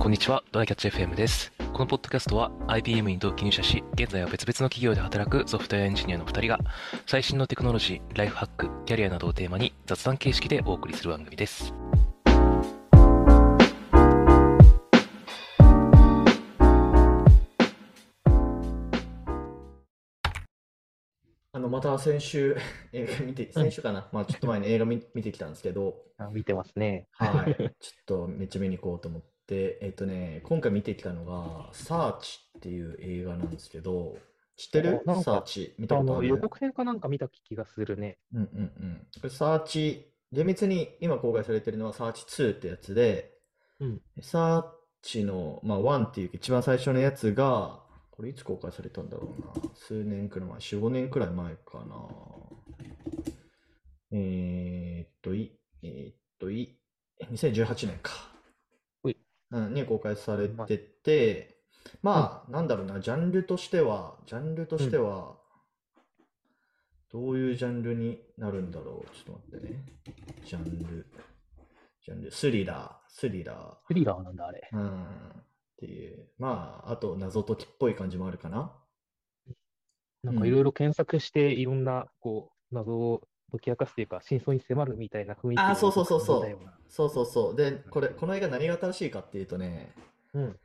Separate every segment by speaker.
Speaker 1: こんにちは、ドライキャッチ FM です。このポッドキャストは IBM に同期入社し、現在は別々の企業で働くソフトウェアエンジニアの2人が、最新のテクノロジー、ライフハック、キャリアなどをテーマに雑談形式でお送りする番組です。
Speaker 2: あのまた先週 映画見て、先週かな、まあ、ちょっと前 に映画見、見てきたんですけど、
Speaker 3: あ見てますね。
Speaker 2: はい、ちょっとめっちゃ見に行こうと思って、えっとね、今回見てきたのが、サーチっていう映画なんですけど、知ってる
Speaker 3: あなんか
Speaker 2: サーチ、見た
Speaker 3: あ
Speaker 2: ことあ
Speaker 3: の、
Speaker 2: る
Speaker 3: 予告編かなんか見た気がするね。
Speaker 2: うんうんうん。これサーチ、厳密に今公開されてるのはサーチ2ってやつで、
Speaker 3: うん
Speaker 2: サーチの、まあ、1っていう一番最初のやつが、これいつ公開されたんだろうな。数年くらい前、4、5年くらい前かな。えーっと、い、えーっと、い、2018年か。
Speaker 3: ほい
Speaker 2: うんに公開されてて、まあ、なんだろうな、ジャンルとしては、ジャンルとしては、どういうジャンルになるんだろう。ちょっと待ってね。ジャンル。ジャンル。スリラー。スリラ
Speaker 3: スリラーなんだ、あれ。
Speaker 2: ー。うん。っていう。まあ、あと、謎解きっぽい感じもあるかな。
Speaker 3: なんかいろいろ検索して、いろんな、こう、謎を解き明かすというか、真相に迫るみたいな雰囲気
Speaker 2: あ
Speaker 3: の
Speaker 2: そうそうそうそう
Speaker 3: 感じだよな
Speaker 2: そうそうそう。で、これ、この映画何が新しいかっていうとね、
Speaker 3: うん。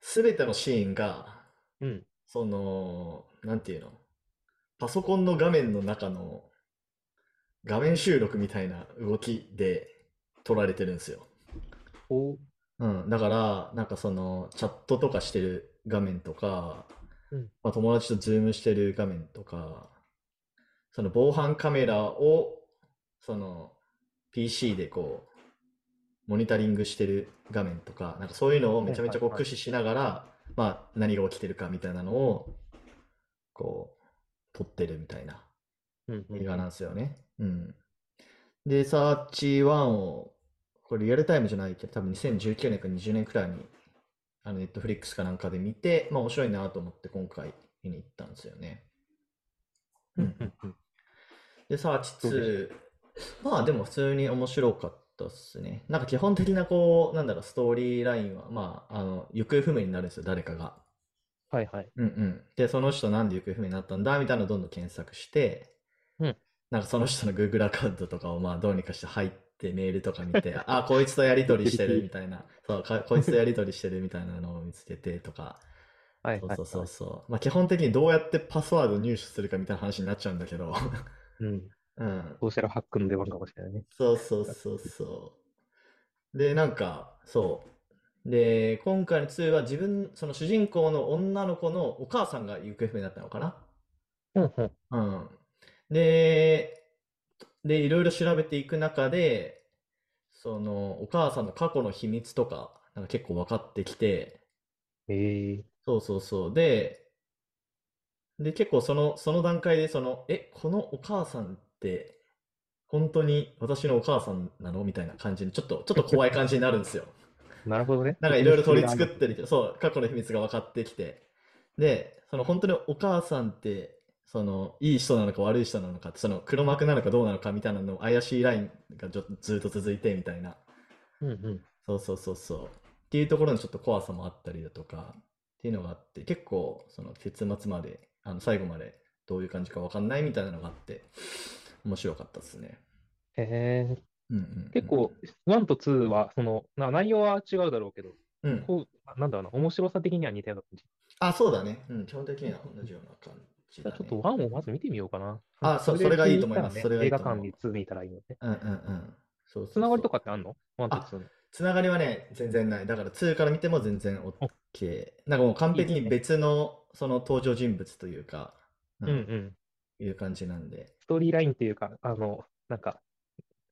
Speaker 2: すべてのシーンが、
Speaker 3: うん。
Speaker 2: その、なんていうのパソコンの画面の中の画面収録みたいな動きで撮られてるんですよ。
Speaker 3: お
Speaker 2: うん、だから、なんかその、チャットとかしてる画面とか、
Speaker 3: うん
Speaker 2: まあ、友達とズームしてる画面とか、その防犯カメラを、その、PC でこう、モニタリングしてる画面とか、なんかそういうのをめちゃめちゃこう
Speaker 3: はいはいはい
Speaker 2: 駆使しながら、まあ、何が起きてるかみたいなのを、こう、撮ってるみたいな。
Speaker 3: うんうん
Speaker 2: 映画なんですよね。うん。で、サーチ1を、これリアルタイムじゃないけど、多分2019年か20年くらいに、あの、ネットフリックスかなんかで見て、まあ面白いなと思って今回見に行ったんですよね。うん
Speaker 3: うんうん
Speaker 2: で、サーチ
Speaker 3: どう
Speaker 2: 2、まあでも普通に面白かったっすね。なんか基本的なこう、なんだろう、ストーリーラインは、まあ、あの、行方不明になるんですよ、誰かが。
Speaker 3: はいはい。
Speaker 2: うんうん。で、その人なんで行方不明になったんだみたいなのをどんどん検索して、
Speaker 3: うん
Speaker 2: なんかその人の Google アカウントとかをまあどうにかして入ってメールとか見て、 あ、こいつとやりとりしてるみたいな、そう、かこいつとやりとりしてるみたいなのを見つけてとか、
Speaker 3: はい
Speaker 2: そう
Speaker 3: はい
Speaker 2: そうそう
Speaker 3: はい。
Speaker 2: そう。まあ基本的にどうやってパスワード入手するかみたいな話になっちゃうんだけど、
Speaker 3: うん。
Speaker 2: うん。
Speaker 3: ソーシャルハックの出番かもしれないね。
Speaker 2: そうそうそうそう。で、なんか、そう。で、今回の2は自分、その主人公の女の子のお母さんが行方不明になったのかな
Speaker 3: うんうん。
Speaker 2: うん。で、で、いろいろ調べていく中で、その、お母さんの過去の秘密とか、なんか結構分かってきて、
Speaker 3: ええ。
Speaker 2: そうそうそう。で、で、結構その、その段階で、その、え、このお母さんって、本当に私のお母さんなのみたいな感じに、ちょっと、ちょっと怖い感じになるんですよ。
Speaker 3: なるほどね。
Speaker 2: なんかいろいろ取り作っ
Speaker 3: って
Speaker 2: るけど、そう、過去の秘密が分かってきて。で、その本当にお母さんって、その、いい人なのか悪い人なのかって、その黒幕なのかどうなのかみたいなの怪しいラインがちょっとずっと続いてみたいな。
Speaker 3: うんうん。
Speaker 2: そうそうそうそう。っていうところのちょっと怖さもあったりだとか、っていうのがあって、結構、その結末まで、あの、最後までどういう感じか分かんないみたいなのがあって、面白かったですね。
Speaker 3: へえ。
Speaker 2: うんうんうん
Speaker 3: 結構、、1と2は、その、な内容は違うだろうけど、
Speaker 2: うん。
Speaker 3: こう、なんだろうな、面白さ的には似たような感じ。
Speaker 2: あ、そうだね。うん、基本的には同じような感じ
Speaker 3: じゃ
Speaker 2: だ
Speaker 3: あちょっ
Speaker 2: ね
Speaker 3: と。ワンをまず見てみようかな。
Speaker 2: あそう
Speaker 3: で
Speaker 2: それがいいと思います
Speaker 3: 見
Speaker 2: そ
Speaker 3: た
Speaker 2: れ
Speaker 3: ら
Speaker 2: が
Speaker 3: ね
Speaker 2: いい
Speaker 3: 映
Speaker 2: と思う
Speaker 3: 画館で2見たらいいよね。
Speaker 2: うんうんうん。そうそうそう
Speaker 3: つながりとかってあんのワンと
Speaker 2: あ
Speaker 3: ツーの。
Speaker 2: つながりはね、全然ない。だから2から見ても全然 OK。なんかもう完璧
Speaker 3: いい
Speaker 2: に
Speaker 3: ね
Speaker 2: 別のその登場人物というか、う
Speaker 3: うんうん。
Speaker 2: いう感じなんで。
Speaker 3: ストーリーラインっていうか、あの、なんか、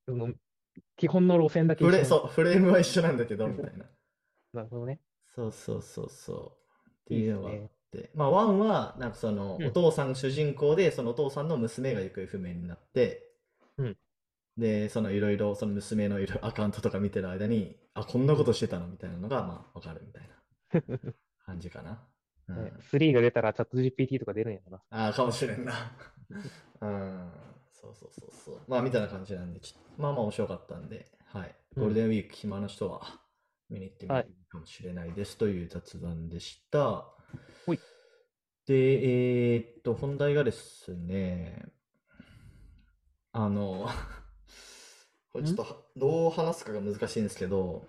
Speaker 3: その基本の路線だけ
Speaker 2: フレ、
Speaker 3: 一緒
Speaker 2: そう、フレームは一緒なんだけど、みたいな。
Speaker 3: なるほどね。
Speaker 2: そうそうそうそう。って
Speaker 3: いい
Speaker 2: い
Speaker 3: で
Speaker 2: うの
Speaker 3: す
Speaker 2: があっ
Speaker 3: ね。
Speaker 2: て。まあ、1は、なんかその、
Speaker 3: うん
Speaker 2: お父さん主人公で、そのお父さんの娘が行方不明になって、
Speaker 3: うん
Speaker 2: で、そのいろいろ、その娘のい ろいろアカウントとか見てる間に、あ、こんなことしてたのみたいなのが、まあ、わかるみたいな感じかな。 うん
Speaker 3: ね3が出たらチャット GPT とか出るんやろな。
Speaker 2: ああ、かもしれんな。 うん。そうそうそうそう。まあ、みたいな感じなんで、ちょっとまあまあ面白かったんで、はい。
Speaker 3: うん
Speaker 2: ゴールデンウィーク暇な人は、見に行ってみるかもしれないですという雑談でした。
Speaker 3: ほい
Speaker 2: で、えーっと、本題がですね、あの、 これちょっとはどう話すかが難しいんですけど、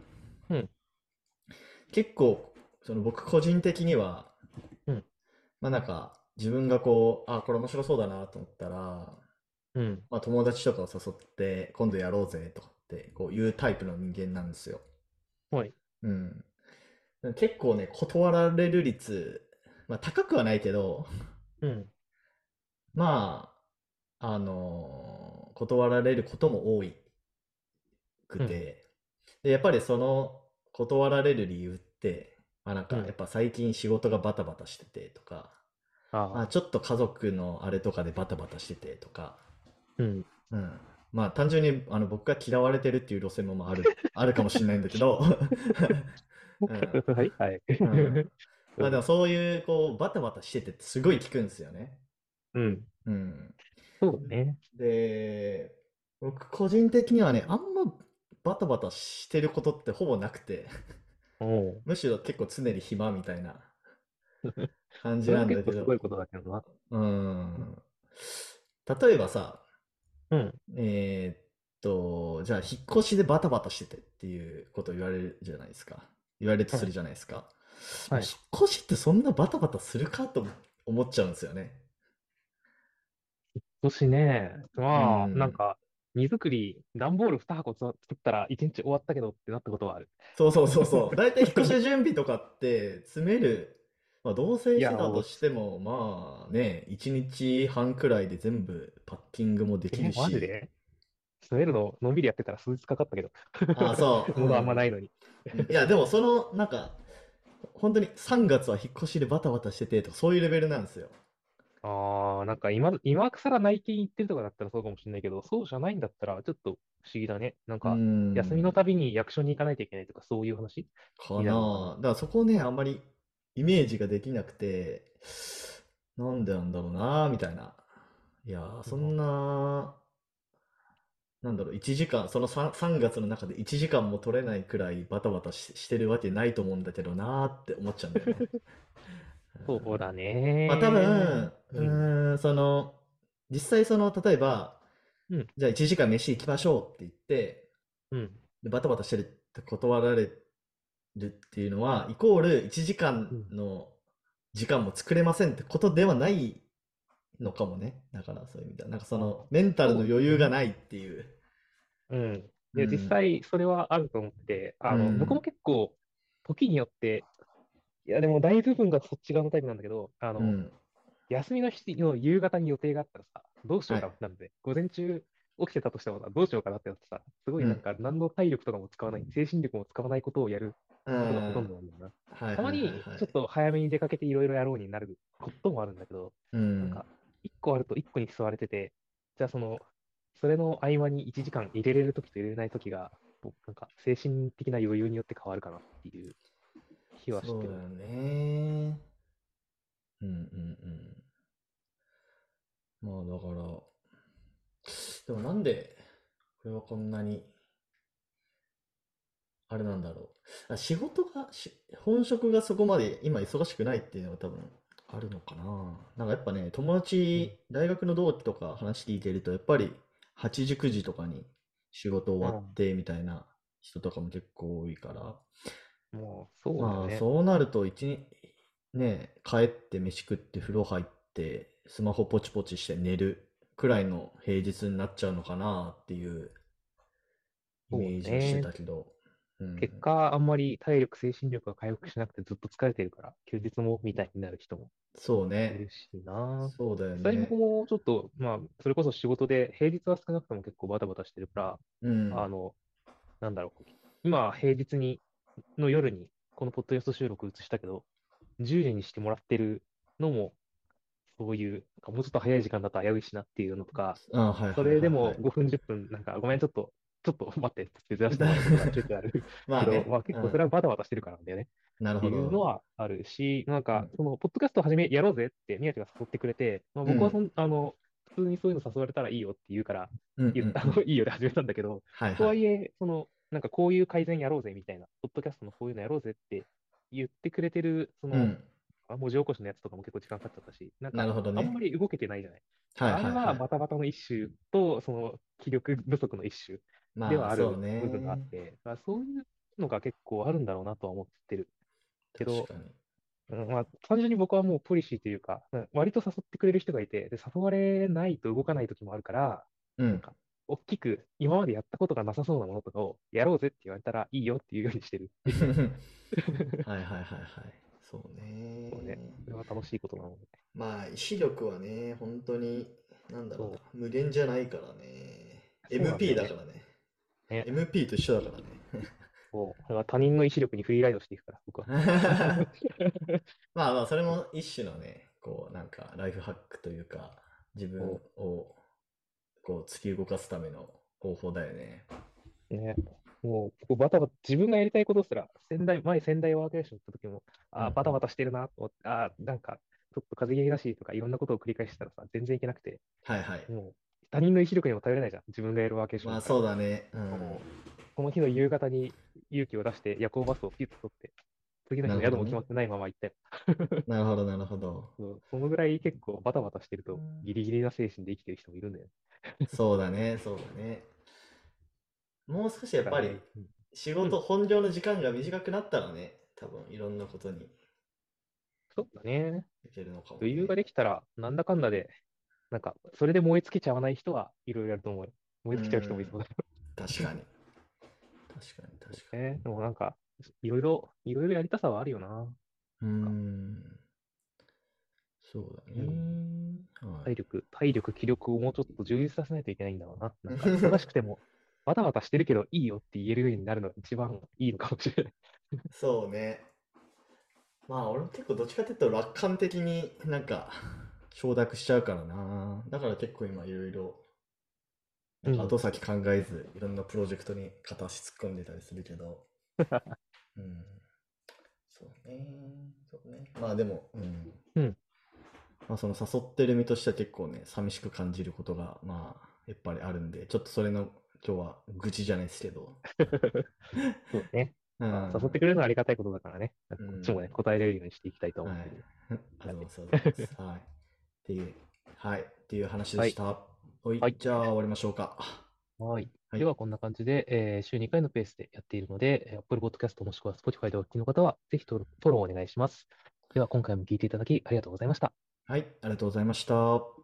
Speaker 3: うん
Speaker 2: 結構、その僕個人的には、
Speaker 3: うん
Speaker 2: まあなんか、自分がこう、あ、これ面白そうだなと思ったら、
Speaker 3: うん。
Speaker 2: まあ、友達とかを誘って今度やろうぜとかってこういうタイプの人間なんですよ。
Speaker 3: はい。
Speaker 2: うん、結構ね断られる率、まあ、高くはないけど
Speaker 3: うん。
Speaker 2: まああのー断られることも多いくて、でやっぱりその断られる理由って、まあ、なんか
Speaker 3: うん
Speaker 2: やっぱ最近仕事がバタバタしててとか、まあ、
Speaker 3: ああ。
Speaker 2: ちょっと家族のあれとかでバタバタしててとか。
Speaker 3: うん。
Speaker 2: うん、まあ単純にあの僕が嫌われてるっていう路線もま ああるあるかもしれないんだけど、うん
Speaker 3: はい。はい。
Speaker 2: うんまあ、でもそういうこうバタバタしててってすごい聞くんですよね。
Speaker 3: うん。
Speaker 2: うん、
Speaker 3: そうね。
Speaker 2: で僕個人的にはねあんまバタバタしてることってほぼなくて
Speaker 3: おう。
Speaker 2: むしろ結構常に暇みた いな感
Speaker 3: そ
Speaker 2: じ
Speaker 3: れ
Speaker 2: な
Speaker 3: は
Speaker 2: んだ
Speaker 3: 結
Speaker 2: け
Speaker 3: 構す
Speaker 2: ど
Speaker 3: ごいことだけどな。
Speaker 2: うん、例えばさ
Speaker 3: うん。
Speaker 2: えーっと、じゃあ、引っ越しでバタバタしててっていうこと言われるじゃないですか。言われるとするじゃないですか。
Speaker 3: はい
Speaker 2: 引っ越しってそんなバタバタするかと思っちゃうんですよね。
Speaker 3: 今年ね、まあ、
Speaker 2: うん
Speaker 3: なんか、荷造り、段ボール2箱つ作ったら1日終わったけどってなったことはある。
Speaker 2: そうそうそう そう。大体引っ越し準備とかって詰める、まあ、同棲してたとしても、まあね、1日半くらいで全部パッキングもでき
Speaker 3: え
Speaker 2: る
Speaker 3: マジ
Speaker 2: し。
Speaker 3: で詰めるの、のんびりやってたら数日かかったけど、
Speaker 2: あ、 そう。
Speaker 3: 物あんま
Speaker 2: うん
Speaker 3: ないのに。
Speaker 2: いや、でもその、なんか、本当に3月は引っ越しでバタバタしててとか、そういうレベルなんですよ。
Speaker 3: ああ、なんか今、今更内見行ってるとかだったらそうかもしれないけど、そうじゃないんだったら、ちょっと不思議だね。なんか、休みのたびに役所に行かないといけないとか、そういう話
Speaker 2: か
Speaker 3: にな
Speaker 2: な
Speaker 3: る
Speaker 2: あだからそこね、あんまりイメージができなくて、なんでなんだろうなあみたいな。いやー、そんな、なんだろう、1時間、その 3, 3月の中で1時間も取れないくらいバタバタし、してるわけないと思うんだけどなあって思っちゃうんだよね。
Speaker 3: そう
Speaker 2: まあ
Speaker 3: だ
Speaker 2: 多
Speaker 3: ね
Speaker 2: 分、
Speaker 3: ー
Speaker 2: うーん、その、実際その、例えば、
Speaker 3: うん
Speaker 2: じゃあ1時間飯行きましょうって言って、
Speaker 3: うん。
Speaker 2: でバタバタしてるって断られるっていうのはイコール1時間の時間も作れませんってことではないのかもねだからそういう意味ではなんかそのメンタルの余裕がないっていう
Speaker 3: うん。で、
Speaker 2: うん
Speaker 3: 実際それはあると思って、あの、
Speaker 2: うん
Speaker 3: 僕も結構、時によって、いや、でも大部分がそっち側のタイプなんだけど、あの、
Speaker 2: うん
Speaker 3: 休みの日の夕方に予定があったらさ、どうしようかなってなるんで、午前中起きてたとしてもさ、どうしようかなってなってさ、すごいなんか何の体力とかも使わない、精神力も使わないことをやる
Speaker 2: う
Speaker 3: ことがほ
Speaker 2: ん
Speaker 3: とんどなんだよな。
Speaker 2: はい
Speaker 3: たま
Speaker 2: はい
Speaker 3: に
Speaker 2: はいはい
Speaker 3: ちょっと早めに出かけていろいろやろうになることもあるんだけど、
Speaker 2: うん
Speaker 3: なんか、1個あると1個に座れてて、じゃあその、それの合間に1時間入れれるときと入れれないときが、こうなんか精神的な余裕によって変わるかなっていう気はして
Speaker 2: そうだ
Speaker 3: る。
Speaker 2: よねうんうんうんまあだからでもなんでこれはこんなにあれなんだろうあ仕事がし本職がそこまで今忙しくないっていうのが多分あるのかななんかやっぱね友達大学の同期とか話聞いてるとやっぱり8時9時とかに仕事終わってみたいな人とかも結構多いから、
Speaker 3: もう、そうだ
Speaker 2: ま
Speaker 3: よ
Speaker 2: あ、
Speaker 3: ね。
Speaker 2: そうなると一日、ねえ、帰って飯食って風呂入ってスマホポチポチして寝るくらいの平日になっちゃうのかなっていうイメージをしてたけど、うん
Speaker 3: 結果、あんまり体力、精神力が回復しなくてずっと疲れてるから、休日もみたいになる人も
Speaker 2: そう
Speaker 3: いる
Speaker 2: ね、
Speaker 3: しな。
Speaker 2: そうだよ
Speaker 3: 実際
Speaker 2: ね
Speaker 3: 僕。もちょっと、まあ、それこそ仕事で、平日は少なくとも結構バタバタしてるから、
Speaker 2: うん、
Speaker 3: あの、なんだろう、今、平日に、の夜に、このポッドキャスト収録移したけど、10時にしてもらってるのも、そういう、なんかもうちょっと早い時間だと危ういしなっていうのとか、
Speaker 2: あ、はいはい
Speaker 3: それ
Speaker 2: は
Speaker 3: で
Speaker 2: い
Speaker 3: も
Speaker 2: はい
Speaker 3: 5分、10分、なんか、ごめん、ちょっと、ちょっと待ってってずらしてもらうことがちょいちょいある
Speaker 2: まあ
Speaker 3: け
Speaker 2: ね
Speaker 3: ど、、まあ結構それはバタバタしてるからなんだよね。
Speaker 2: うんなる
Speaker 3: って
Speaker 2: ほ
Speaker 3: いうの
Speaker 2: ど。
Speaker 3: はあるし、なんか、その、ポッドキャスト始め、やろうぜって、宮地が誘ってくれて、まあ僕はそん、あの、普通にそういうの誘われたらいいよって言うから、
Speaker 2: うんうん
Speaker 3: 言った、あの、いいよで始めたんだけど、
Speaker 2: はい
Speaker 3: と
Speaker 2: は。
Speaker 3: はいいえ、その、なんかこういう改善やろうぜみたいな、ポッドキャストのこういうのやろうぜって言ってくれてる、その、
Speaker 2: うん。
Speaker 3: あ文字起こしのやつとかも結構時間かかっちゃったし、なんか、
Speaker 2: なるほどね
Speaker 3: あんまり動けてないじゃない。
Speaker 2: はいはい、
Speaker 3: あれは
Speaker 2: はい。
Speaker 3: バタバタの一種と、その気力不足の一種
Speaker 2: ま
Speaker 3: ではある
Speaker 2: そうね
Speaker 3: 部分があって、まあ、そういうのが結構あるんだろうなとは思ってる。けど
Speaker 2: 確かに。
Speaker 3: うんまあ、単純に僕はもうポリシーというか、うん割と誘ってくれる人がいて、で誘われないと動かない時もあるから、
Speaker 2: うん。
Speaker 3: 大きく今までやったことがなさそうなものとかをやろうぜって言われたらいいよっていうようにしてる。
Speaker 2: はいはいはいはい。そうね。
Speaker 3: そうねそれは楽しいことなの で。
Speaker 2: まあ、意志力はね、本当に、なんだろうな
Speaker 3: そ
Speaker 2: 無限じゃないからね。
Speaker 3: そうなんだよ
Speaker 2: MP
Speaker 3: ね
Speaker 2: だからね。
Speaker 3: ね
Speaker 2: MP と一緒だからね。
Speaker 3: こう、これは他人の意志力にフリーライドしていくから、僕は。
Speaker 2: まあまあ、それも一種のね、こう、なんか、ライフハックというか、自分を、こう、突き動かすための方法だよね。
Speaker 3: ね、もう、こうバタバタ、自分がやりたいことすら、仙台、前仙台ワーケーション行った時も、
Speaker 2: うん
Speaker 3: あ
Speaker 2: う
Speaker 3: ー
Speaker 2: ん
Speaker 3: バタバタしてるなと思って、あーなんか、ちょっと風邪気味だしとか、いろんなことを繰り返してたらさ、全然いけなくて、
Speaker 2: はいはい。
Speaker 3: もう、他人の意志力にも頼れないじゃん、自分がやるワーケーション
Speaker 2: まあ、
Speaker 3: だから
Speaker 2: そうだね。う
Speaker 3: も
Speaker 2: ん。
Speaker 3: うこの日の夕方に勇気を出して、夜行バスをピュッと取って、次の日の宿も決まってないまま行ったよ。
Speaker 2: なるほど、なるほど。
Speaker 3: そうそのぐらい結構バタバタしてる
Speaker 2: う
Speaker 3: と
Speaker 2: ん、
Speaker 3: ギリギリな精神で生きてる人もいるんだよね。
Speaker 2: そうだね、そうだね。もう少しやっぱ
Speaker 3: だ
Speaker 2: り
Speaker 3: から、うん
Speaker 2: 仕事、本業の時間が短くなったらね、多分いろんなことに
Speaker 3: そうだね。
Speaker 2: いけるのかも、ね。
Speaker 3: 余裕ができたら、なんだかんだで、なんか、それで燃え尽きちゃわない人はいろいろやると思うよ。燃え尽きちゃう人もいそうだ
Speaker 2: 確かに。確かに、確かに。
Speaker 3: ね。でもなんか、いろいろ、いろいろやりたさはあるよな。
Speaker 2: うーん。そうだね。は
Speaker 3: 体
Speaker 2: い。
Speaker 3: 力、体力、気力をもうちょっと充実させないといけないんだろうな。なんか、忙しくても、バタバタしてるけどいいよって言えるようになるのが一番いいのかもしれない。
Speaker 2: そうね。まあ、俺も結構どっちかというと楽観的になんか承諾しちゃうからな。だから結構今いろいろ、なんか
Speaker 3: うん
Speaker 2: 後先考えず、いろんなプロジェクトに片足突っ込んでたりするけ ど。うん。そうね。そうね。まあでも、うん。
Speaker 3: うん
Speaker 2: まあその誘ってる身としては結構ね、寂しく感じることが、まあ、やっぱりあるんで、ちょっとそれの今日は愚痴じゃないですけど。
Speaker 3: そうね。
Speaker 2: うん
Speaker 3: まあ誘ってくれるのはありがたいことだからね。なんかこっちもね、
Speaker 2: うん
Speaker 3: 答えれるようにしていき たいと思
Speaker 2: は
Speaker 3: う
Speaker 2: い
Speaker 3: んで。。
Speaker 2: ありがとうございます。はい。っていう、はい。っていう話でした。はい、
Speaker 3: はい
Speaker 2: じゃあ終わりましょうか。
Speaker 3: はい。
Speaker 2: はい
Speaker 3: では、こんな感じで、えー週2回のペースでやっているので、えー Apple Podcast もしくは Spotify でお聞きの方は、ぜひ登録フォローお願いします。では、今回も聞いていただきありがとうございました。
Speaker 2: はい。ありがとうございました。